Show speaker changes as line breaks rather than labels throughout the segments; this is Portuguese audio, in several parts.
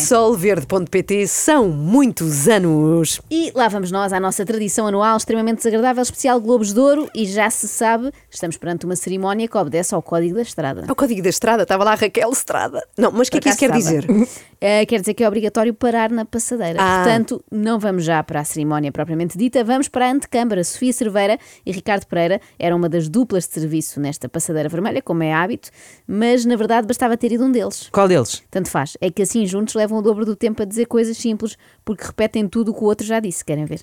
solverde.pt são muitos anos.
E lá vamos nós à nossa tradição anual extremamente desagradável, especial Globos de Ouro. E já se sabe, estamos perante uma cerimónia que obedece ao Código da Estrada.
É o código da estrada, estava lá Raquel Estrada. Não, mas o que é que
Por
isso quer
acaso
dizer?
estava. Eh, quer dizer que é obrigatório parar na passadeira.
Ah.
Portanto, não vamos já para a cerimónia propriamente dita, vamos para a antecâmara. Sofia Cerveira e Ricardo Pereira eram uma das duplas de serviço nesta passadeira vermelha, como é hábito, mas na verdade bastava ter ido um deles.
Qual deles?
Tanto faz. É que assim juntos levam o dobro do tempo a dizer coisas simples, porque repetem tudo o que o outro já disse. Querem ver?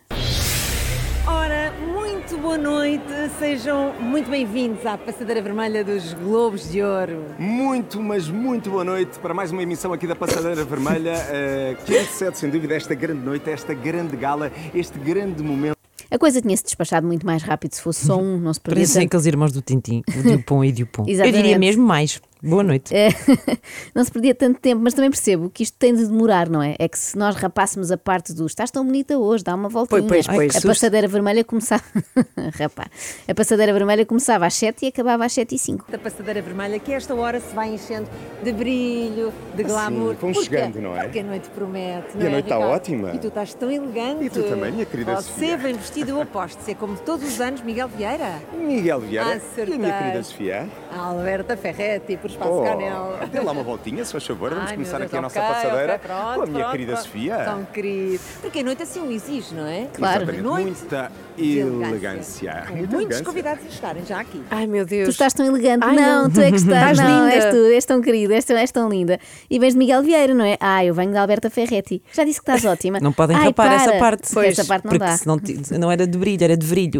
Ora, muito boa noite, sejam muito bem-vindos à Passadeira Vermelha dos Globos de Ouro.
Muito, mas muito boa noite para mais uma emissão aqui da Passadeira Vermelha. Uh, que antecede, sem dúvida, esta grande noite, esta grande gala, este grande momento.
A coisa tinha-se despachado muito mais rápido se fosse só um, não se perdia
Parecem
tanto.
é aqueles irmãos do Tintim, o Dupont e Dupont. Eu
Exatamente.
diria mesmo mais. Boa noite.
É, não se perdia tanto tempo, mas também percebo que isto tem de demorar, não é? É que se nós rapássemos a parte do estás tão bonita hoje, dá uma voltinha.
Pois, pois, pois,
a
susto.
passadeira vermelha começava. Rapá. A passadeira vermelha começava às 7 e acabava às 7 e 5.
Da Passadeira Vermelha, que esta hora se vai enchendo de brilho, de glamour.
Assim, vão
Porquê?
chegando, não é?
Porque a noite promete,
E
não
a
é,
noite está
Ricardo?
ótima.
E tu estás tão elegante.
E tu também, minha querida
Você
Sofia.
bem vestido, eu aposto ser como todos os anos, Miguel Vieira.
Miguel Vieira
Ah, Acertei.
e a minha querida Sofia.
A Alberta Ferretti, por Espaço
Oh,
Canel.
dê lá uma voltinha, se faz favor. Vamos
Ai, meu
começar
Deus,
aqui a nossa
ok,
passadeira
ok, pronto,
com a minha
pronto,
querida
pronto. Então,
Sofia.
Tão querido. Porque a noite assim o exige, não é?
Claro.
Exatamente,
Noite
muita
de
elegância.
Com
Muita
Muitos
elegância.
convidados a estarem já aqui.
Ai meu Deus.
Tu estás tão elegante.
Ai,
não,
não.
tu é que estás.
Estás
não,
linda.
és tu, és tão querido, és, tão- és tão linda. E vens de Miguel Vieira, não é? Ah, eu venho de Alberta Ferretti. Já disse que estás ótima.
Não podem
Ai,
rapar essa
para.
parte.
essa parte não
porque
dá.
senão ti- não era de brilho, era de brilho.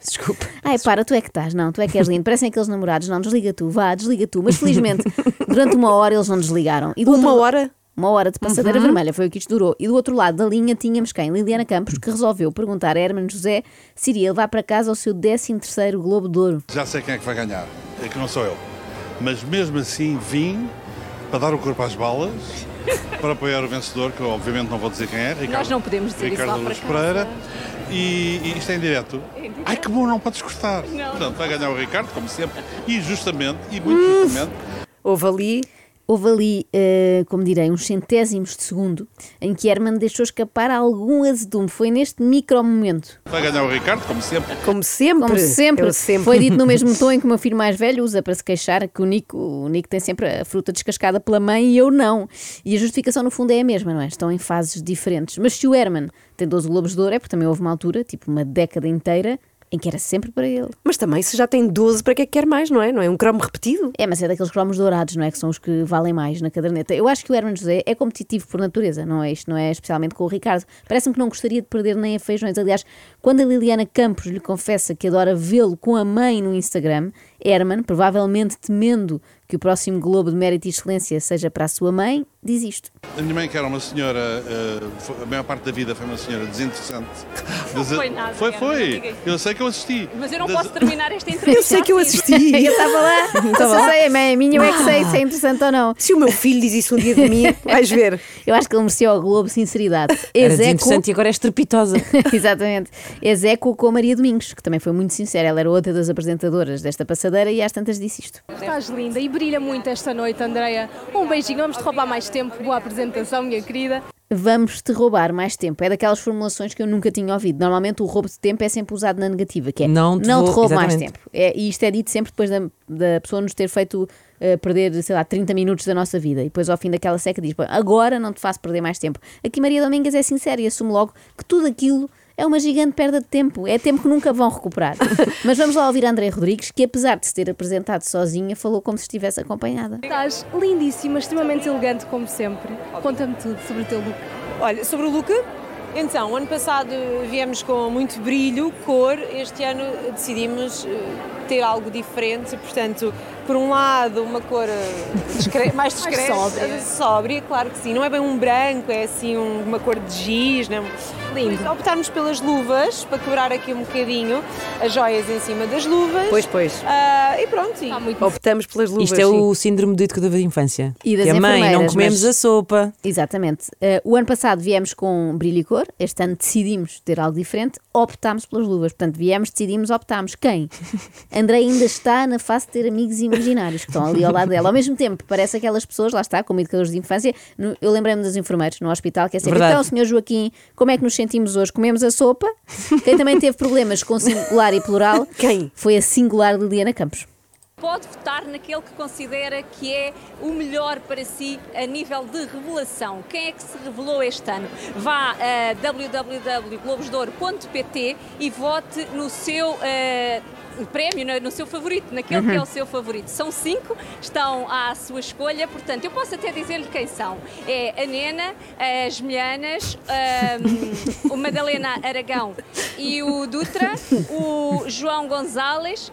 Desculpa.
Ai, para, tu é que estás, não, tu é que és lindo. Parecem aqueles namorados, não, desliga tu, vá, desliga tu. Mas felizmente, durante uma hora eles não desligaram. E do
Uma
outro-
hora? Uhum.
Uma hora de passadeira vermelha, foi o que isto durou. E do outro lado da linha tínhamos quem? Liliana Campos, que resolveu perguntar a Herman José se iria levar para casa o seu 13º Globo de Ouro.
Já sei quem é que vai ganhar, é que não sou eu. Mas mesmo assim vim para dar o corpo às balas, para apoiar o vencedor, que eu obviamente não vou dizer quem é, Ricardo,
não podemos dizer isso
Ricardo
lá para
Luz
casa.
Pereira. E, e isto é em direto. Ai que bom, não podes cortar. Portanto, vai ganhar o Ricardo, como sempre, e justamente, e muito justamente.
Houve ali.
Houve ali, eh, como direi, uns centésimos de segundo em que Herman deixou escapar algum azedume. Foi neste micro momento.
Vai ganhar o Ricardo, como sempre.
Como sempre,
Como sempre,
eu sempre.
foi dito no mesmo tom em que o meu filho mais velho usa para se queixar que o Nico, o Nico tem sempre a fruta descascada pela mãe e eu não. E a justificação no fundo é a mesma, não é? Estão em fases diferentes. Mas se o Herman tem 12 globos de ouro é porque também houve uma altura, tipo uma década inteira, em que era sempre para ele.
Mas também, se já tem 12, para que é que quer mais, não é? Não é um cromo repetido?
É, mas é daqueles cromos dourados, não é? Que são os que valem mais na caderneta. Eu acho que o Herman José é competitivo por natureza, não é? Isto não é especialmente com o Ricardo. Parece-me que não gostaria de perder nem a feijões. Aliás, quando a Liliana Campos lhe confessa que adora vê-lo com a mãe no Instagram, Herman, provavelmente temendo que o próximo Globo de Mérito e Excelência seja para a sua mãe, diz isto.
A minha mãe, que era uma senhora, eh, fo- a maior parte da vida foi uma senhora desinteressante. Não
foi nada,
Foi,
Ana, não diga
foi.
isso.
Eu sei que eu assisti.
Mas eu não
Das-
posso terminar esta entrevista.
Eu sei que eu
assim.
assisti.
Eu estava lá, eu sei, a mãe é minha, eu é que sei se é interessante ou não.
se o meu filho diz isso um dia de mim, vais ver.
Eu acho que ele mereceu ao Globo sinceridade.
Era
Execo-
desinteressante e agora é estrepitosa.
Exatamente. Execo com a Maria Domingos, que também foi muito sincera. Ela era outra das apresentadoras desta passadeira e às tantas disse isto.
Estás linda e brilha muito esta noite, Andreia. Um beijinho, vamos te roubar mais tempo. Boa apresentação, minha querida.
Vamos te roubar mais tempo. É daquelas formulações que eu nunca tinha ouvido. Normalmente o roubo de tempo é sempre usado na negativa, que é
Não te vou-
roubo mais
exatamente.
tempo. É, e isto é dito sempre depois da, da pessoa nos ter feito eh, perder, sei lá, 30 minutos da nossa vida. E depois ao fim daquela seca diz, "Bom, agora não te faço perder mais tempo. Aqui Maria Domingas é sincera e assume logo que tudo aquilo é uma gigante perda de tempo. É tempo que nunca vão recuperar. Mas vamos lá ouvir a André Rodrigues, que apesar de se ter apresentado sozinha, falou como se estivesse acompanhada.
Estás lindíssima, extremamente elegante, como sempre. Conta-me tudo sobre o teu look.
Olha, sobre o look, então, ano passado viemos com muito brilho, cor, este ano decidimos eh, ter algo diferente, portanto, por um lado, uma cor eh, discre- mais discreta, eh, sóbria. claro que sim, não é bem um branco, é assim um- uma cor de giz, não Lindo. Optámos pelas luvas, para quebrar aqui um bocadinho as joias em cima das luvas.
Pois, pois.
Ah, e pronto, e
Está muito
Optamos pelas luvas.
Isto é
sim.
o síndrome do educador da infância.
E das
que a mãe, não
enfermeiras,
comemos
mas-
a sopa.
Exatamente. Eh, o ano passado viemos com brilho e cor, este ano decidimos ter algo diferente, optámos pelas luvas. Portanto, viemos, decidimos, optámos. Quem? Andrei ainda está na fase de ter amigos imaginários que estão ali ao lado dela. Ao mesmo tempo, parece aquelas pessoas, lá está, como educadores de infância. No- eu lembrei-me dos enfermeiros no hospital, que é sempre,
Verdade.
então, senhor Joaquim, como é que nos sentimos hoje? Comemos a sopa? Quem também teve problemas com singular e plural
Quem?
foi a singular Liliana Campos.
pode votar naquele que considera que é o melhor para si a nível de revelação. Quem é que se revelou este ano? Vá a www.globosdouro.pt e vote no seu eh, prémio, na- no seu favorito, naquele que é o seu favorito. São cinco, estão à sua escolha, portanto, eu posso até dizer-lhe quem são. É a Nena, as Milhanas, ahm, o Madalena Aragão e o Dutra, o João Gonzalez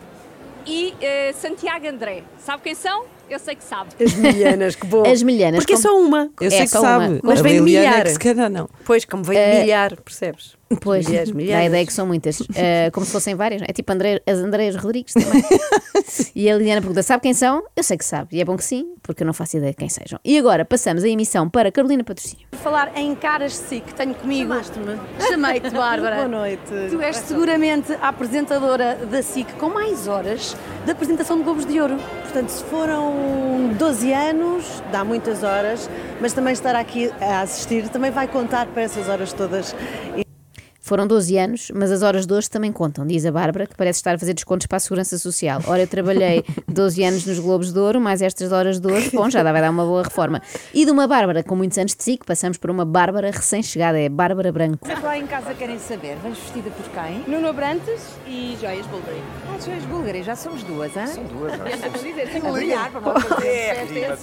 e eh, Santiago André. Sabe quem são? Eu sei que sabe.
As milhanas, que bom.
As milhanas,
Porque é
como-
só uma.
Eu
É,
sei que
só uma.
sabe.
Mas
a
vem de
Liliana é
milhar.
que se calhar não.
Pois, como veio
Eh,
de milhar, percebes?
Pois,
milhares,
dá a
milhares.
ideia que são muitas. Eh, como se fossem várias, não é? É tipo André, as Andréas Rodrigues também. e a Liliana pergunta: sabe quem são? Eu sei que sabe. E é bom que sim, porque eu não faço ideia de quem sejam. E agora passamos a emissão para Carolina Patrocínio.
falar em caras SIC que tenho comigo.
Chamaste-me.
Chamei-te, Bárbara.
Boa noite.
Tu és seguramente a apresentadora da SIC com mais horas de apresentação de Globos de Ouro.
Portanto, se foram 12 anos, dá muitas horas, mas também estar aqui a assistir também vai contar para essas horas todas.
Foram 12 anos, mas as horas de hoje também contam, diz a Bárbara, que parece estar a fazer descontos para a Segurança Social. Ora, eu trabalhei 12 anos nos Globos de Ouro, mais estas horas de hoje, bom, já dá- vai dar uma boa reforma. E de uma Bárbara com muitos anos de si, que passamos por uma Bárbara recém-chegada, é Bárbara Branco.
Mas lá em casa querem saber, vais vestida por quem?
Nuno Abrantes e Joias Boldrin.
Não sois búlgaras, já somos duas, hã?
São duas, já.
olhar para
Térrimas,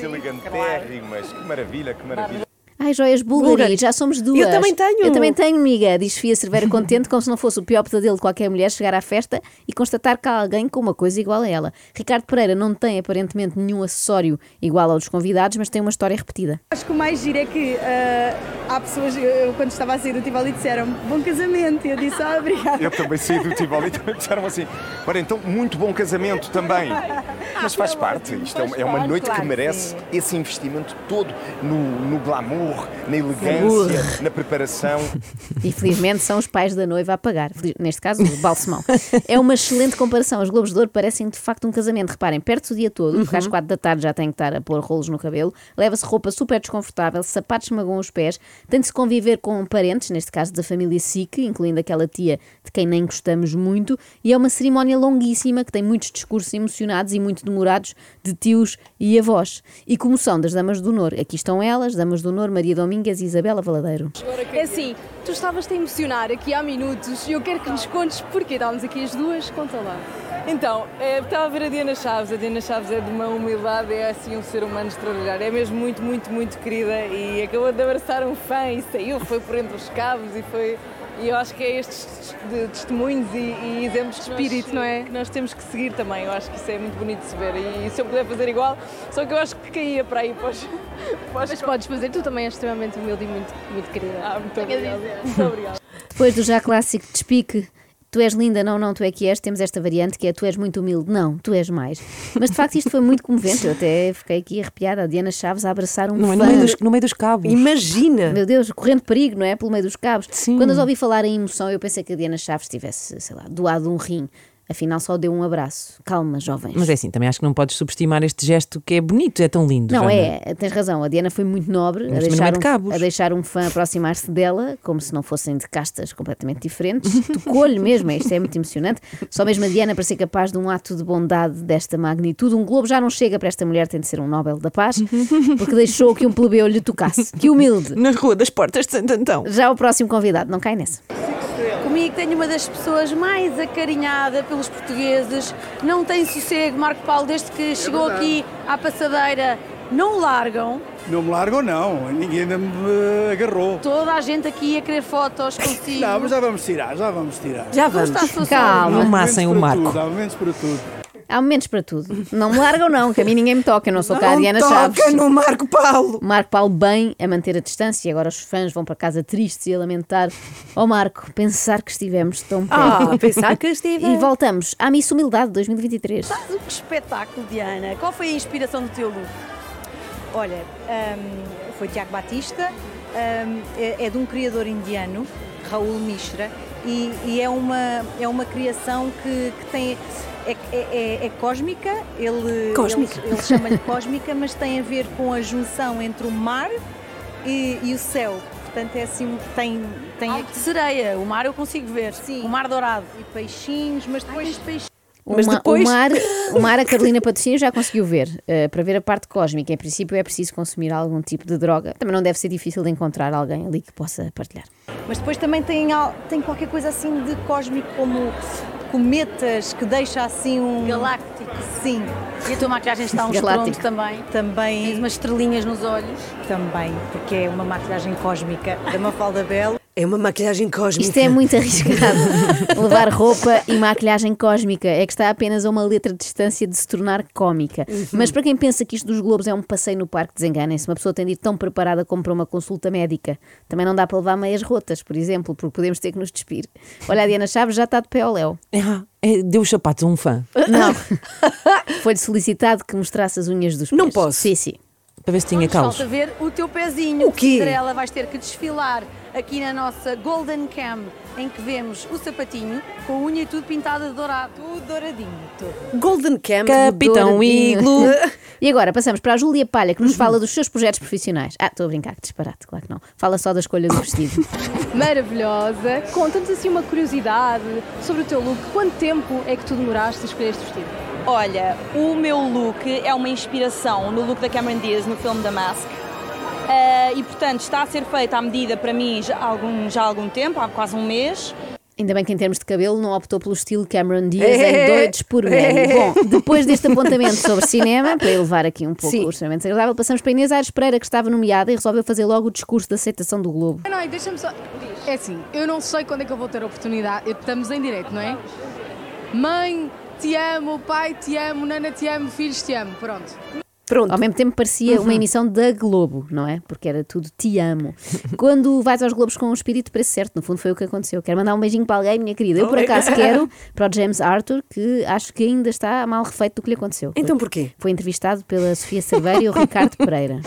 elegantérrimas. Que maravilha, que maravilha.
Ai, joias búlgaras,
Búlgaras.
já somos duas.
Eu também tenho.
Eu também tenho, amiga, diz Fia Cerveira contente, como se não fosse o pior pesadelo de qualquer mulher chegar à festa e constatar que há alguém com uma coisa igual a ela. Ricardo Pereira não tem aparentemente nenhum acessório igual ao dos convidados, mas tem uma história repetida.
Acho que o mais giro é que ah, há pessoas, eu, eu quando estava a sair do Tivoli disseram bom casamento e eu disse ah, obrigada.
Eu também saí do Tivoli e também disseram assim. Ora, então, muito bom casamento também. Mas faz parte. Isto é uma, é uma noite que merece esse investimento todo no, no glamour, na elegância, na preparação.
E felizmente são os pais da noiva a pagar. Feliz- Neste caso, o balsemão. É uma excelente comparação. Os Globos de Ouro parecem de facto um casamento. Reparem, perde-se o dia todo, porque às quatro da tarde já tem que estar a pôr rolos no cabelo, leva-se roupa super desconfortável, sapatos que magoam os pés, tem de se conviver com parentes, neste caso da família SIC, incluindo aquela tia de quem nem gostamos muito, e é uma cerimónia longuíssima que tem muitos discursos emocionados e muito demorados de tios e avós. E comoção das Damas do Honor. Aqui estão elas, Damas do Honor, Maria Domingas e Isabela Valadeiro.
É assim, tu estavas-te a emocionar aqui há minutos e eu quero que nos contes porque estávamos aqui as duas, conta lá.
Então, eh, estava a ver a Diana Chaves. A Diana Chaves é de uma humildade, é assim um ser humano extraordinário. É mesmo muito, muito, muito querida e acabou de abraçar um fã e saiu, foi por entre os cabos e foi. E eu acho que é estes de- testemunhos e, e exemplos de
Espírito, não é?
que nós temos que seguir também. Eu acho que isso é muito bonito de se ver e se eu puder fazer igual, só que eu acho que caía para aí para os, para os
Mas podes fazer, tu também és extremamente humilde e muito, muito querida.
Ah, muito obrigada. Muito obrigada.
Depois do já clássico despique, tu és linda, não, não, tu é que és, temos esta variante que é tu és muito humilde, não, tu és mais. Mas de facto isto foi muito comovente, eu até fiquei aqui arrepiada. A Diana Chaves a abraçar um
Não é
fã.
no meio dos, no meio dos cabos.
Imagina.
Meu Deus, correndo perigo, não é? Pelo meio dos cabos.
Sim.
Quando as ouvi falar em emoção, eu pensei que a Diana Chaves tivesse, sei lá, doado um rim. Afinal, só deu um abraço. Calma, jovens.
Mas é assim, também acho que não podes subestimar este gesto que é bonito, é tão lindo.
Não,
Joana.
é, tens razão. A Diana foi muito nobre a
Mas também não
deixar,
é de
um,
cabos.
a deixar um fã aproximar-se dela, como se não fossem de castas completamente diferentes. Tocou-lhe mesmo, isto é muito emocionante. Só mesmo a Diana para ser capaz de um ato de bondade desta magnitude. Um Globo já não chega para esta mulher, tem de ser um Nobel da Paz, porque deixou que um plebeu lhe tocasse. Que humilde!
Na Rua das Portas de Santo Antão.
Já o próximo convidado, não cai nessa.
Comigo tenho uma das pessoas mais acarinhada pelos portugueses, não tem sossego, Marco Paulo, desde que
É
chegou aqui à passadeira, não o largam.
Não me largam, não. Ninguém ainda me agarrou.
Toda a gente aqui a querer fotos consigo.
Não, mas já vamos tirar, já vamos tirar.
Já
Tu
vamos.
estás sossego.
Calma.
Não
Há momentos
massem o
para
Marco.
Tudo, há momentos para tudo.
Há momentos para tudo. Não me largam, não, que a mim ninguém me toca. Eu não sou cá a Diana Chaves.
no Marco Paulo.
Marco Paulo bem a manter a distância e agora os fãs vão para casa tristes e a lamentar. Oh Marco, pensar que estivemos tão perto.
Ah, pensar que estive.
E voltamos à Miss Humildade 2023.
Mas
um
Que espetáculo, Diana. Qual foi a inspiração do teu look?
Olha,
hum,
ahm, foi Tiago Batista, ahm, é, é de um criador indiano, Raul Mishra,
e, e é, uma, é uma criação que, que tem. É, é- é- é cósmica, ele,
Cósmica.
ele, ele chama-lhe cósmica, mas tem a ver com a junção entre o mar e, e o céu. Portanto, é assim, tem. tem aqui... sereia, o mar eu consigo ver, Sim. o mar dourado. E peixinhos, mas depois. peixinhos.
Uma- o, mar, o mar, a Carolina Patrocínio já conseguiu ver. Eh, para ver a parte cósmica, em princípio, é preciso consumir algum tipo de droga. Também não deve ser difícil de encontrar alguém ali que possa partilhar.
Mas depois também tem, al- tem qualquer coisa assim de cósmico, como cometas, que deixa assim um. Galáctico. Sim.
E a tua maquilhagem está a uns
Galáctico.
trontos também.
Também.
Tens umas estrelinhas nos olhos.
Também, porque é uma maquilhagem cósmica da Mafalda Belo.
É uma maquilhagem cósmica.
Isto é muito arriscado. Levar roupa e maquilhagem cósmica é que está apenas a uma letra de distância de se tornar cómica. Mas para quem pensa que isto dos Globos é um passeio no parque, desenganem-se. Uma pessoa tem de ir tão preparada como para uma consulta médica. Também não dá para levar meias rotas, por exemplo, porque podemos ter que nos despir. Olha, a Diana Chaves já está de pé ao léu.
Ah, é, deu os sapatos a um fã.
Não. Foi-lhe solicitado que mostrasse as unhas dos pés. Não posso. Sim, sim.
Para ver se tinha calos.
Falta ver o teu pezinho.
O quê?
Cinderela vais ter que desfilar aqui na nossa Golden Cam, em que vemos o sapatinho com a unha e tudo pintada de dourado. Tudo douradinho.
Golden Camp.
Capitão
Iglo.
E agora passamos para a Júlia Palha, que nos fala dos seus projetos profissionais. Ah, estou a brincar, que disparate, claro que não. Fala só da escolha do vestido.
Maravilhosa. Conta-nos assim uma curiosidade sobre o teu look. Quanto tempo é que tu demoraste a escolher este vestido?
Olha, o meu look é uma inspiração no look da Cameron Diaz no filme da Mask. Eh, e portanto está a ser feito à medida para mim já há algum, já há algum tempo, há quase um mês.
Ainda bem que em termos de cabelo não optou pelo estilo Cameron Diaz
É.
em doidos por mim.
É.
Bom, depois deste apontamento sobre cinema, para elevar aqui um pouco o extremamente desagradável, passamos para Inês Aires Pereira, que estava nomeada e resolveu fazer logo o discurso da aceitação do Globo.
Não, e deixa-me só. É assim, eu não sei quando é que eu vou ter a oportunidade. Eu- Estamos em direto, não é? Mãe, te amo, pai, te amo, nana, te amo, filhos, te amo. Pronto.
Pronto.
Ao mesmo tempo parecia uma
Uhum.
emissão da Globo, não é? Porque era tudo te amo. Quando vais aos Globos com um espírito, parece certo. No fundo foi o que aconteceu. Quero mandar um beijinho para alguém, minha querida. Eu por
Oi.
acaso quero para o James Arthur, que acho que ainda está mal refeito do que lhe aconteceu.
Então
porquê? Foi entrevistado pela Sofia Cerveira e o Ricardo Pereira.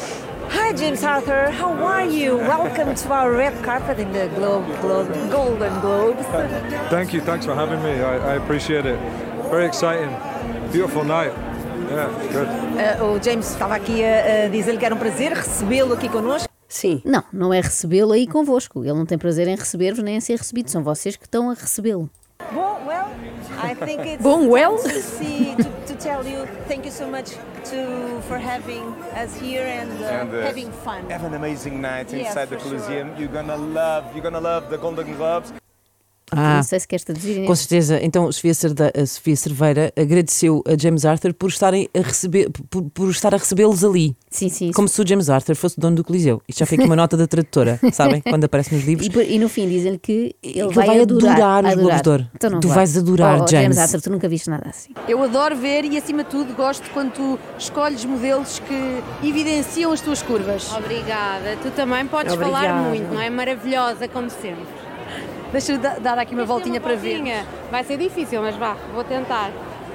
Hi, James Arthur. How are you? Welcome to our red carpet in the Globe, Globe Golden Globes.
Thank you. Thanks for having me. I, I appreciate it. Very exciting. Beautiful night. Yeah, good.
Eh, o James estava aqui a, a dizer-lhe que era um prazer recebê-lo aqui connosco.
Sim.
Não, não é recebê-lo aí convosco. Ele não tem prazer em receber-vos nem em ser recebido. São vocês que estão a recebê-lo.
Bom, well, I think it's
Bom, well.
to see to, to tell you thank you so much to for having us here and, uh,
And, uh,
having fun.
é
Have an amazing night
Yes,
inside the
for sure.
Coliseum. You're gonna love, you're gonna love the Golden Globes.
Ah.
Não sei se queres né? traduzir. Inês.
Com certeza. Então, Sofia, Cerda, a Sofia Cerveira agradeceu a James Arthur por, estarem a receber, por, por estar a recebê-los ali.
Sim, sim.
Como se o James Arthur fosse o dono do Coliseu. Isto já fica uma nota da tradutora, sabem? Quando aparece nos livros.
E, por- e no fim dizem-lhe que ele,
ele
vai,
vai
adorar,
adorar os Globos de Ouro.
Então não
Tu
vai.
vais adorar,
Oh, oh,
James.
Arthur, tu nunca viste nada assim.
Eu adoro ver e, acima de tudo, gosto quando tu escolhes modelos que evidenciam as tuas curvas.
Obrigada. Tu também podes falar
Obrigada.
muito, não é? Maravilhosa, como sempre.
Deixa eu da- dar aqui uma voltinha para ver.
Tinha. Vai ser difícil, mas vá, vou tentar.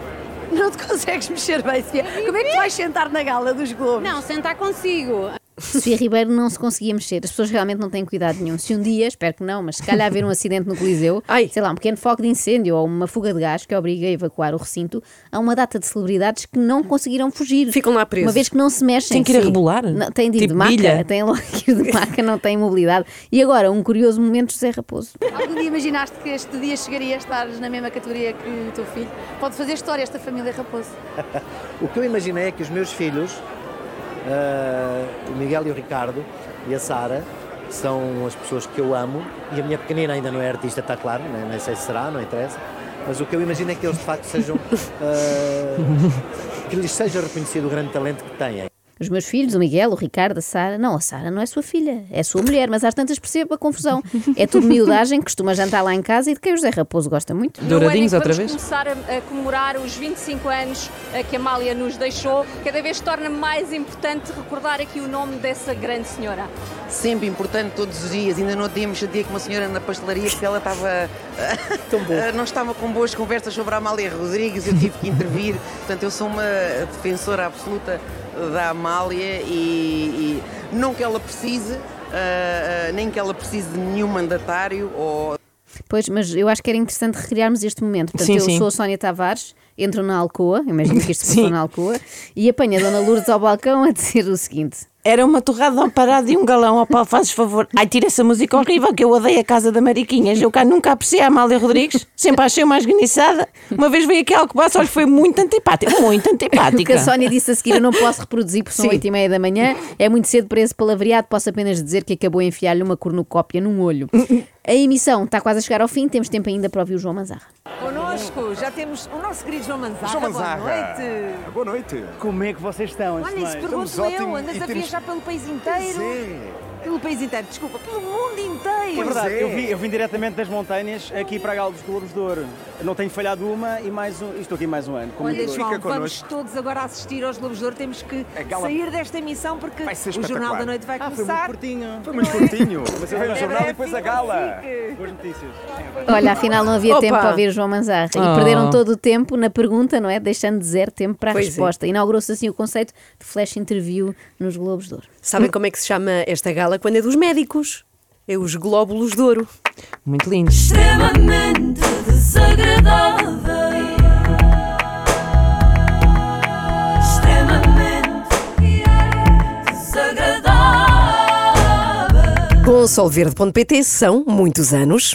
Não te consegues mexer bem, Sofia. Como é que tu vais sentar na gala dos Globos?
Não, sentar consigo.
Sofia Ribeiro não se conseguia mexer. As pessoas realmente não têm cuidado nenhum. Se um dia, espero que não, mas se calhar haver um acidente no Coliseu, sei lá, um pequeno foco de incêndio ou uma fuga de gás que obriga a evacuar o recinto, há uma data de celebridades que não conseguiram fugir. Ficam lá
presos.
Uma vez que não se
Têm
mexem.
que ir a
sim.
rebolar?
Não, têm de ir
Tipo
de maca.
bilha?
Têm logo que ir de maca, não têm mobilidade. E agora, um curioso momento de José Raposo.
Algum dia imaginaste que este dia chegaria a estar na mesma categoria que o teu filho? Pode fazer história esta família Raposo.
O que eu imaginei é que os meus filhos, ah, o Miguel e o Ricardo e a Sara, são as pessoas que eu amo e a minha pequenina ainda não é artista, está claro, nem, nem sei se será, não interessa. Mas o que eu imagino é que eles de facto sejam. ah, que lhes seja reconhecido o grande talento que têm.
Os meus filhos, o Miguel, o Ricardo, a Sara. Não, a Sara não é sua filha, é sua mulher, mas às tantas percebo a confusão. É tudo miudagem, costuma jantar lá em casa e de quem o José Raposo gosta muito.
No ano em que é, vamos começar a, a comemorar os 25 anos eh, que a Amália nos deixou. Cada vez torna mais importante recordar aqui o nome dessa grande senhora.
Sempre importante, todos os dias. Ainda no outro dia me chateei com uma senhora na pastelaria porque ela estava. eh, não estava com boas conversas sobre a Amália Rodrigues, eu tive que intervir. Portanto, eu sou uma defensora absoluta da Amália e, e não que ela precise, eh, eh, nem que ela precise de nenhum mandatário ou.
Pois, mas eu acho que era interessante recriarmos este momento. Portanto,
Sim,
eu
sim.
sou a Sónia Tavares, entro na Alcoa, imagino que isto passou na Alcoa, e apanho a Dona Lourdes ao balcão a dizer o seguinte:
Era uma torrada ao parado e um galão ao pau, fazes favor. Ai, tira essa música horrível que eu odeio a casa da Mariquinhas. Eu cá nunca apreciei a Amália Rodrigues, sempre achei uma esganiçada. Uma vez veio aqui ao que passa, olha, foi muito antipática, muito antipática.
O que a Sónia disse a seguir, eu não posso reproduzir porque são
Sim.
8 e meia da manhã, é muito cedo para esse palavreado, posso apenas dizer que acabou a enfiar-lhe uma cornucópia num olho. A emissão está quase a chegar ao fim, temos tempo ainda para ouvir o João Manzarra.
Connosco já temos o nosso querido João Manzarra.
João Manzarra.
Boa noite.
Boa noite.
Como é que vocês estão? antes de
Olha, isso
mais?
pergunto eu, andas a viajar pelo país inteiro. Pelo país inteiro, desculpa, pelo mundo inteiro.
É verdade, eu, vim, eu vim diretamente das montanhas aqui para a Galo dos Globos de Ouro. Não tenho falhado uma e mais um. e Estou aqui mais um ano. como
Olha,
todos.
João, vamos todos agora assistir aos Globos de Ouro. Temos que
É gala-
sair desta emissão porque
Vai ser
o Jornal
espetacular.
da Noite vai
Ah, foi muito
começar.
curtinho.
Foi muito curtinho.
Mas
Você
é
vê o
breve,
jornal e depois a gala.
Boas notícias.
Olha, afinal não havia
Opa!
tempo para ouvir o João Manzarra. E
Oh.
perderam todo o tempo na pergunta, não é? Deixando de zero tempo para a
Pois é.
resposta. Inaugurou-se assim o conceito de flash interview nos Globos de Ouro.
Sabem como é que se chama esta gala quando é dos médicos? É os glóbulos de ouro.
Muito lindo.
extremamente desagradável. Extremamente desagradável.
Com solverde.pt são muitos anos.